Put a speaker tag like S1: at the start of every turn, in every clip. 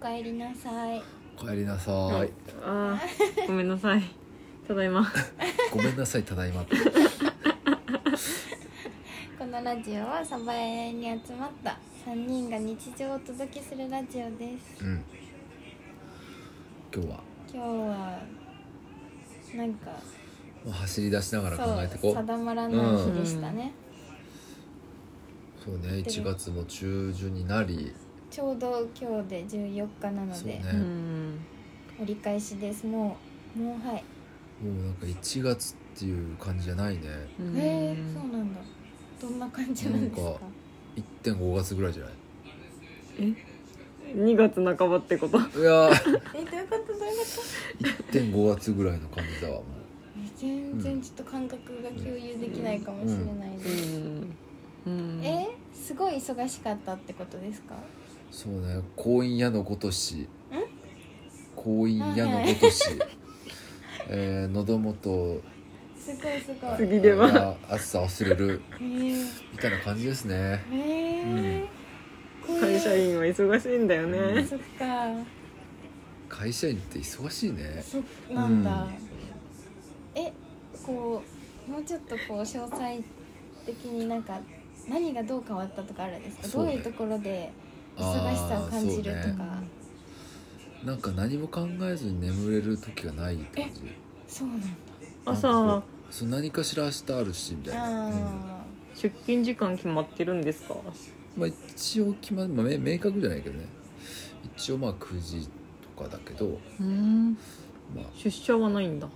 S1: かえりなさい
S2: お帰りなさい、
S3: あーごめんなさいただいま
S2: ごめんなさいただいまって
S1: このラジオはサバエに集まった3人が日常をお届けするラジオです
S2: うん今日は
S1: 今日はなんか
S2: まあ走り出しながら考えてこ
S1: そう
S2: う
S1: 定まらない日でしたね、
S2: そうね1月も中旬になり
S1: ちょうど今日で14日なの
S2: そう
S1: で、
S2: ね
S3: う、ん
S1: 折り返しですもうもうはい
S2: もうなんか1月っていう感じじゃないね
S3: うん
S1: へえそうなんだどんな感じなんですか
S2: なんか1.5月ぐらいじゃない
S3: 2月半ばってこと
S2: いや
S1: え どういうことどういうこと
S2: ー1.5月ぐらいの感じだわも
S1: 全然ちょっと感覚が共有できないかもしれないで
S3: う
S1: す、
S3: んうん
S1: えすごい忙しかったってことですか
S2: うそうね婚姻屋のごとし婚姻屋のごとしえー喉元
S1: すごいすごい
S3: 次では
S2: が暑さ忘れる
S1: えー、
S2: みたいな感じですね
S1: えーこういう
S3: 会社員は忙しいんだよね
S1: そっか
S2: 会社員って忙しいね
S1: そっなんだ、
S2: うん
S1: えこうもうちょっとこう詳細的になんか何がどう変わったとかあるんですか、
S2: そ
S1: ど
S2: う
S1: う
S2: ね
S1: いうところで忙しさを感じると
S2: あーそうね
S1: か
S2: なんか何も考えずに眠れる時がないって感じ
S1: そう,、なんだ
S3: 朝
S2: そう何かしら明日あるしみたいな、うん
S1: あ
S3: 出勤時間決まってるんですか
S2: まあ一応決ままあめ明確じゃないけどね一応まあ9時とかだけど
S3: うん
S2: まあ
S3: 出社はないんだへ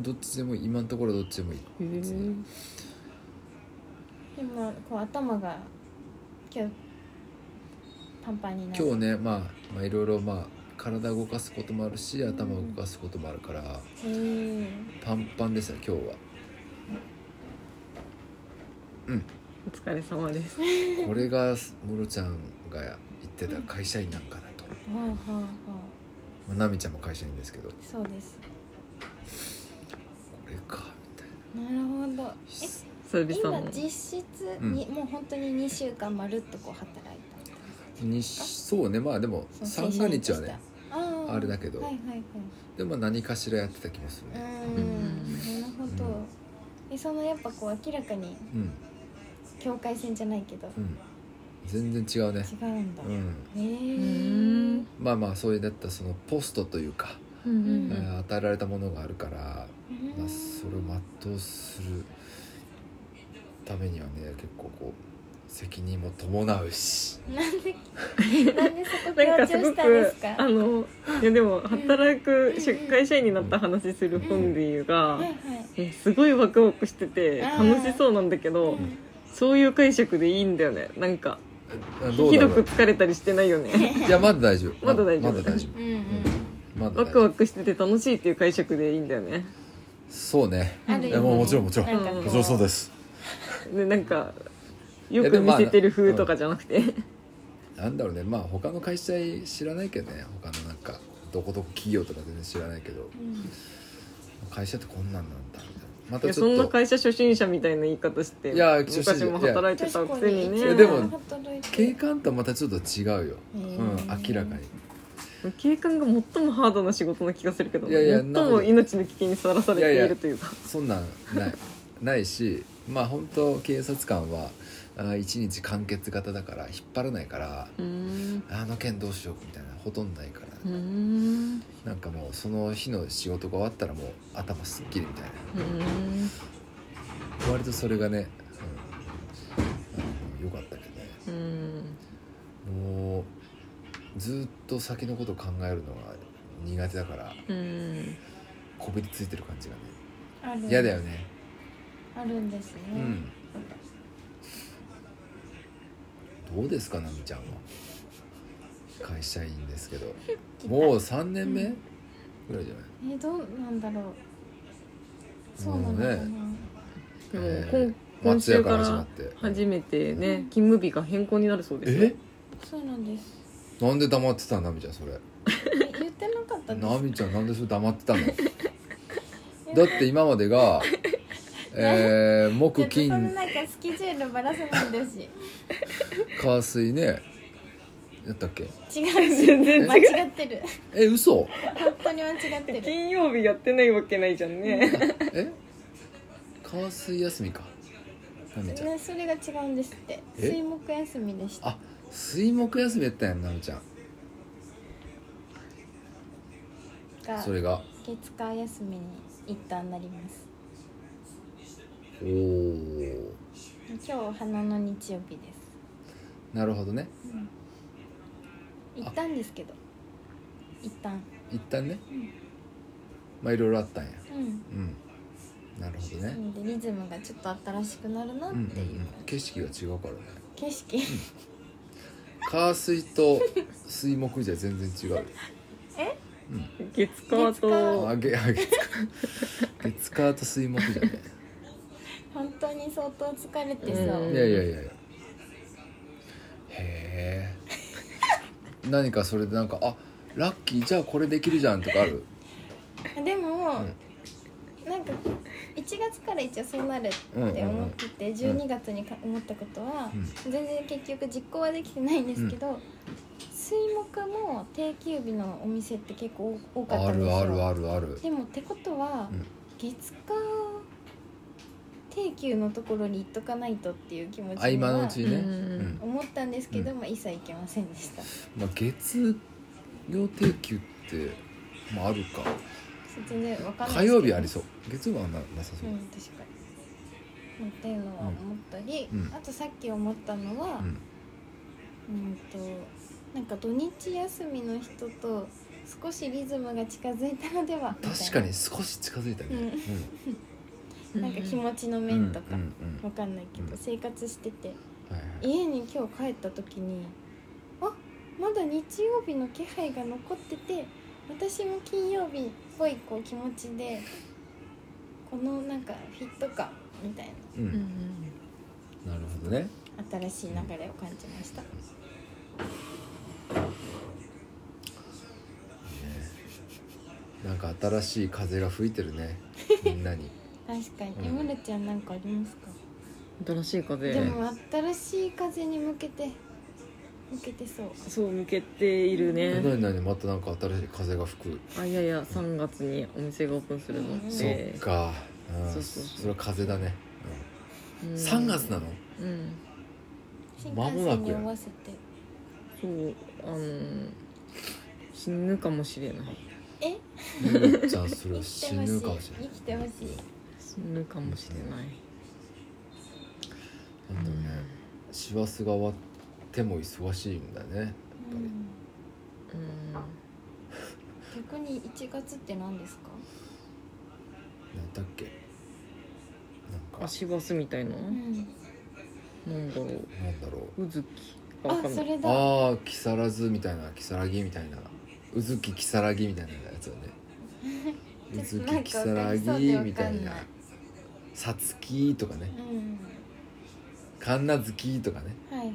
S2: どっちでもいい今のところどっちでもいい
S3: え
S2: ですね
S1: ー今こう頭が今日パンパンになる
S2: 今日ねまあまあいろいろまあ体動かすこともあるし頭を動かすこともあるから、
S1: えー
S2: パンパンでした今日は
S3: お疲れ様です
S2: これがムロちゃんが言ってた会社員なんかなと、
S1: はあはあは
S2: まあ、ナミちゃんも会社員ですけどこ
S1: あそうです
S2: れかみたい
S1: なるほどえ
S2: な
S3: 久々
S1: 今
S3: の
S1: 実質に、もう本当に2週間まるっとこう働い
S2: にそうねまあでも
S1: た
S2: 三が日はね
S1: あー
S2: あれだけど
S1: はいはいはい
S2: でも何かしらやってた気もする
S1: うー
S2: ね
S1: んなるほど、えそのやっぱこう明らかに
S2: うん
S1: 境界線じゃないけど
S2: うん全然違うね
S1: 違うんだ、
S2: う
S1: へ
S2: ん
S1: え
S3: うん
S2: まあまあそういうだったそのポストというか、え
S3: う
S1: うん
S2: ー与えられたものがあるから、まあ、それを全うするためにはね結構こう責任も伴うし
S1: なんでなんで そこ強
S3: なん
S1: 調
S3: かすご
S1: したんです
S3: く
S1: か
S3: あのいやでも働
S1: う
S3: く
S1: ん
S3: 出会社員になった話する本でいうが
S1: はいはい、
S3: えすごいワクワクしてて
S1: あー
S3: 楽しそうなんだけど
S1: うん
S3: そういう解釈でいいんだよねなんか
S2: あどう
S3: ひ
S2: だ
S3: ど
S2: ろ
S3: く
S2: う
S3: 疲れたりしてないよね
S2: いやまだ大丈夫
S3: まだ大丈夫
S2: まだ大丈
S1: うんうん
S2: 夫まだ
S3: ワ
S2: 大
S3: ク
S2: 丈
S3: ワ
S2: 夫
S3: クしてて楽しいっていう解釈でいいんだよね
S2: そうね
S1: ある
S2: い
S1: よ
S2: や
S1: ね
S2: もうもちろんもちろん
S1: なんかこう
S3: もちろんそう
S2: です
S3: でなんか
S2: や
S3: よ
S2: で
S3: く
S2: も
S3: 見
S2: まあ
S3: せてる風とかじゃなくて、
S2: なんだろうねまあ他の会社知らないけどね他のなんかどこどこ企業とか全然知らないけど
S1: うん
S2: 会社ってこんなんなんだみたいなま
S3: い
S2: た
S3: や
S2: ち
S3: そ
S2: ょ
S3: ん
S2: っ
S3: な
S2: と
S3: 会社初心者みたいな言い方して
S2: いや初心者
S3: 昔も働いてたくせにね
S2: いやでも
S1: 働いて
S2: 景観とはまたちょっと違うよ、
S1: う
S2: う
S1: ん
S2: ん明らかに
S3: 警官が最もハードな仕事な気がするけど
S2: いやいや
S3: 最も命の危険にさらされているというか
S2: そんなんない ないしまあ本当警察官はあー一日完結型だから引っ張らないから
S3: うーん
S2: あの件どうしようみたいなほとんどないから、
S3: うーん
S2: なんかもうその日の仕事が終わったらもう頭すっきりみたいな
S3: うーん
S2: 割とそれがね、うん、あの良かったけどね
S3: うん
S2: もうずっと先のことを考えるのが苦手だから
S3: うん
S2: こびりついてる感じがね
S1: ある
S2: 嫌だよね
S1: あるんですね、
S2: うんどうですか奈美ちゃんは会社員ですけどもう3年目ぐらいじゃな
S1: え
S2: い
S1: どうなんだろうそうなのかな、
S2: もう
S3: でも
S2: えー
S3: こん今
S2: 松
S3: 週
S2: 屋
S3: か
S2: から始ま
S3: ら
S2: って
S3: 初めて
S1: う
S3: ね
S1: ん
S3: 勤務日が変更になるそうですよ
S2: え
S1: そうなん です
S2: なんで黙ってたの奈美ちゃんそれ
S1: え言ってなかったです
S2: 奈美ちゃんなんでそれ黙ってたのだって今までがえー、
S1: ちょ
S2: 木
S1: っとその
S2: 金
S1: なんかスケジュールばらさないんだし
S2: 火水ねやったっけ
S1: 違う
S3: 全然違う
S1: 間違ってる
S2: え嘘
S1: 本当に間違ってる
S3: 金曜日やってないわけないじゃんね
S2: え火水休みかなみちゃん
S1: ねそれが違うんですって
S2: え
S1: 水木休みでした
S2: あ水木休みやったんやんなみちゃん
S1: が
S2: それが
S1: 月火休みに一旦なります
S2: おお
S1: 今日花の日曜日です
S2: なるほどね
S1: 一旦ですけど一旦
S2: 一旦ね
S1: うん
S2: まあいろいろあったんや
S1: うん
S2: うんなるほど
S1: な
S2: ね
S1: のでリズムがちょっと新しくなるなっ
S2: うんうん
S1: ていう、
S2: うん景色が違うからね
S1: 景色
S2: 火水と水木じゃ全然違うよ
S3: 月火と
S2: あげあげ 月火と水木じゃね
S1: 本当に相当疲れてそう、
S3: うん
S2: いやいやいやいやへえ何かそれでなんかあラッキーじゃあこれできるじゃんとかある
S1: でも、なんか1月から一応そうなるって思ってて、
S2: んうん
S1: 12月にか思ったことは、
S2: う
S1: 全然結局実行はできてないんですけど、水木も定休日のお店って結構多多かった
S2: あ
S1: んです
S2: る
S1: よ
S2: あるあるある
S1: でもってことは、
S2: うん
S1: 月火定休のところに行っとかないとっていう気持ち
S2: 合間のうち
S1: は
S2: にね、
S3: うん
S2: うん
S1: 思ったんですけど、まあ、一切行けませんでした
S2: まあ、月曜定休って、まあ、あるか
S1: 全然わかんない
S2: 火曜日あ
S1: り
S2: りそう月曜はななさそうう、
S1: ん確かにっていうのは思ったり、
S2: うんうん
S1: あとさっき思ったのは
S2: う、ん
S1: うん、となんか土日休みの人と少しリズムが近づいたのではみたいな
S2: 確かに少し近づいたね、
S1: うんなんか気持ちの
S2: うん
S1: 面とか、
S2: うんうん
S1: わかんないけど、
S2: うん
S1: 生活してて
S2: はいはい
S1: 家に今日帰った時にあまだ日曜日の気配が残ってて私も金曜日っぽいこう気持ちでこのなんかフィット感みたいな
S2: うん
S3: うん
S2: なるほどね
S1: 新しい流れを感じました。
S2: なんか新しい風が吹いてる ねみんなに
S1: 確かに、
S2: うん
S1: えまるちゃんなんかありますか。
S3: 新しい
S1: で
S3: 風
S1: も新しい風に向けて。向けてそう。
S3: そう向けている
S2: え
S3: ね
S2: なになにまたなんか新しい風が吹く
S3: あいやいや3月にお店がオープンするの
S1: うん
S2: そ
S3: で
S2: っか、うん、
S3: そ
S2: そう
S3: そうそう
S2: れは風だね、
S3: うん
S2: うん、3月なの
S3: うん
S1: 新
S2: 間
S1: 幹
S2: もな
S1: 線
S2: く
S1: に
S2: や
S1: 合わせて。
S3: そうあの死ぬかもしれない
S1: え、
S2: ゆうちゃんそれ
S1: 生
S2: は
S1: き
S2: 死
S1: てほし
S2: ぬ
S1: い
S2: かもしれな。
S1: 生
S2: い
S1: きてほしい。
S3: 死ぬかもしれない
S2: なんだろうね師走が終わっても忙しいんだね
S1: うん
S3: うん
S1: 逆に一月って何ですか。
S2: なんだっけなんか
S3: 足バスみたいな
S1: うん。
S3: なんだろう
S2: なんだろう
S3: うずきかわ
S1: あ
S3: か、んな
S1: そ
S3: い
S1: れだ。
S2: ああ木更津みたいな木更木みたいな宇月木更木みたいなやつだね宇
S1: ちょ
S2: 月
S1: っとなん
S2: 木
S1: かわかりそうで
S2: 更木
S1: わかんない
S2: みたいなさつきとかね
S1: うん。
S2: 神奈月とかね
S1: はいはい。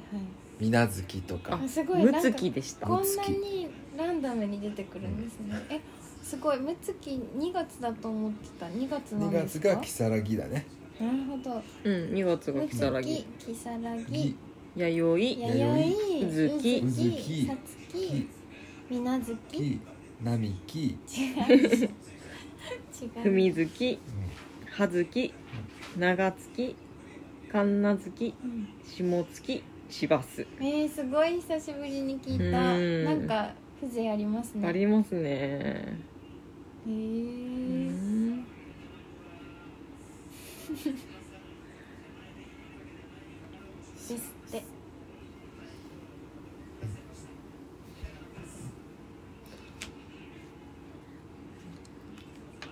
S2: 水無月とか
S1: あ、すごい。
S3: む
S1: なん
S3: つ
S1: か
S3: きでした
S1: こんなにランダムに出てくるんですね。え、すごい。むつき二月だと思ってた。二月なん
S2: 2
S1: です
S2: 月
S1: か。
S2: が木更木だね
S1: なるほど。
S3: うん2月が
S1: む
S3: 如
S1: つ
S3: 月
S1: き、きさらぎ
S2: ぎ、
S3: 弥生
S1: やよい、
S3: うずき
S1: うず
S2: うずき
S1: さつき、みなずき、違う
S2: 木並木
S1: 違う。
S3: ふみずき
S2: うん
S3: はずき長月かんなずき
S1: うん
S3: 下月しばす
S1: えー、すごい久しぶりに聞いた。
S3: うん
S1: なんか風情ありますね。
S3: ありますね
S1: へ
S3: う
S1: ー
S3: ん
S1: ですって。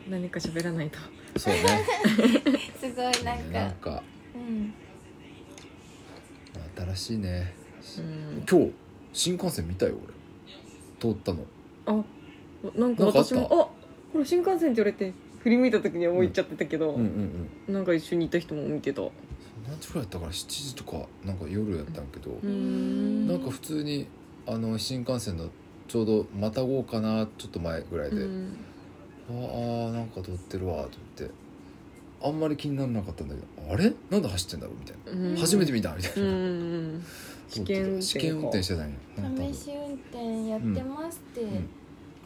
S3: 何か喋らないと
S2: そうね
S1: すごい なん
S2: なん
S1: か、
S2: か
S1: うん。
S2: 新しいね
S3: うん
S2: 今日新幹線見たよ俺通ったの
S3: あなんか
S2: なんかあっ
S3: 私
S2: た
S3: もあこれ新幹線って言われて振り向いた時にはもう行っちゃってたけ
S2: う
S3: ど、
S2: んうんうん
S3: なんか一緒にいた人も見てたう
S2: 何時くらいやったから7時とかなんか夜やったんやけど、
S1: ん
S2: なんか普通にあの新幹線のちょうどまたごうかなちょっと前ぐらいで、
S3: うん
S2: あーなんか通ってるわと思ってあんまり気にならなかったんだけどあれなんで走ってんだろうみたいな、
S3: うん
S2: 初めて見たみたいうな、
S3: ん試験運転か
S2: 試験運転してたんやなんか
S1: 試し運転やってますって、
S2: ん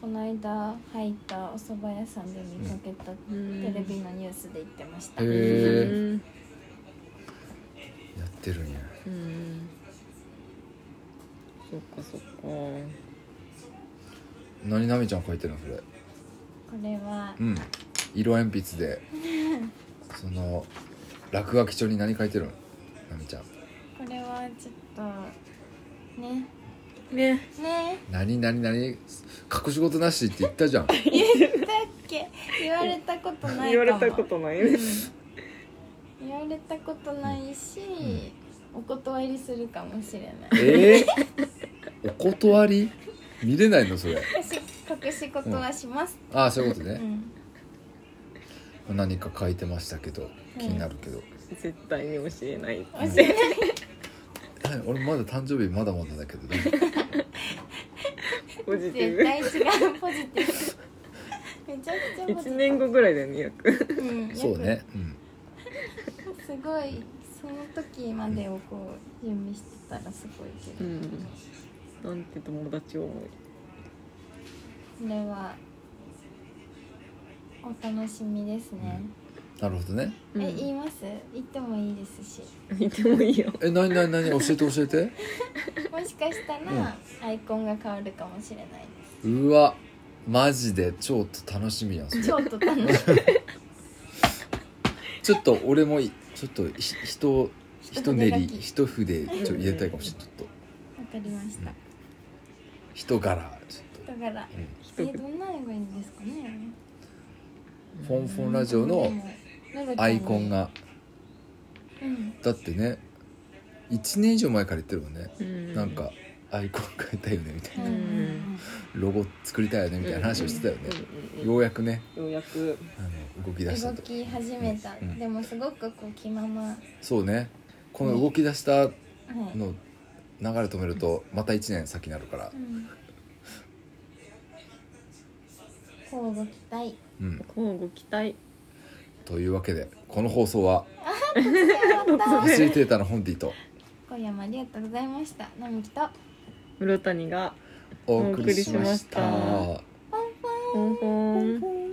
S1: この間入ったお蕎麦屋さんで見かけた、
S3: うん
S1: テレビのニュースで言ってました、
S2: へ
S3: う
S2: え
S3: ん
S2: やってるんや
S3: うんそっかそっか
S2: 何なみちゃん書いてるのそれ
S1: これは
S2: うん色鉛筆でその落書き帳に何書いてるのなみちゃん
S1: これはちょっとね
S3: ね
S1: ね
S2: 何何何隠し事なしって言ったじゃん
S1: えだっけ言われたことないかも
S3: 言われたことないね
S1: 言われたことないし、お断りするかもしれない
S2: ええお断り見れないのそれ
S1: 私隠し事はします、
S2: ああそういうこと
S1: う
S2: ね、
S1: ん
S2: 何か書いてましたけど気になるけど、
S3: 絶対に教えない
S1: 教えない
S2: はい俺まだ誕生日まだまだだけどね
S3: ポジテ
S1: 絶
S3: ィブ
S1: 対違うポジティブめちゃくちゃポジテ
S3: 1
S1: ィ
S3: 年後ぐらいだよね約
S1: ブ、うん
S2: そうねうん
S1: すごいその時までをこう準備してたらすごいけ
S3: う
S1: ど、
S3: んなんて友達思い
S1: これはお楽しみですね、
S2: なるほどね
S1: え
S3: うん
S1: 言います言ってもいいですし
S3: いてもいいよ
S2: え何何何教えて教えて
S1: もしかしたらアイコンが変わるかもしれないで
S2: うわマジでちょっと楽しみやんそれ
S1: すちょっと楽し
S2: ちょっと俺もいちょっとひ人人練り
S1: 筆書き
S2: 一筆ちょ入れたいかもしれないちょっと
S1: みわかりました
S2: 人柄ちょっ
S1: だから
S2: と、うん
S1: えどんなのがいいんですかね
S2: フォンフォンラジオのアイコン、が
S1: うん、
S2: だってね1年以上前から言ってるもんね、
S3: うん
S2: なんかアイコン変えたいよねみたいな
S1: うんうんうん
S2: ロゴ作りたいよねみたいな話をしてたよね、
S3: うんうんうん
S2: ようやくね
S3: ようやく
S2: あの動き出した
S1: 動
S2: と
S1: き始めた、
S2: うん
S1: でもすごくこう気ままは
S2: そうねこの動き出した
S1: い、
S2: の流れ止めるとまた1年先になるから
S1: うん、こう動き たい
S2: うん
S3: こうご期待
S2: というわけでこの放送は
S1: 終わっ
S2: ファ
S1: た
S2: シリテーターのホンディと
S1: 今夜もありがとうございましたなみきと
S3: 室谷が
S2: お送りしまし
S3: お送りしま
S2: た
S3: し。たポンポン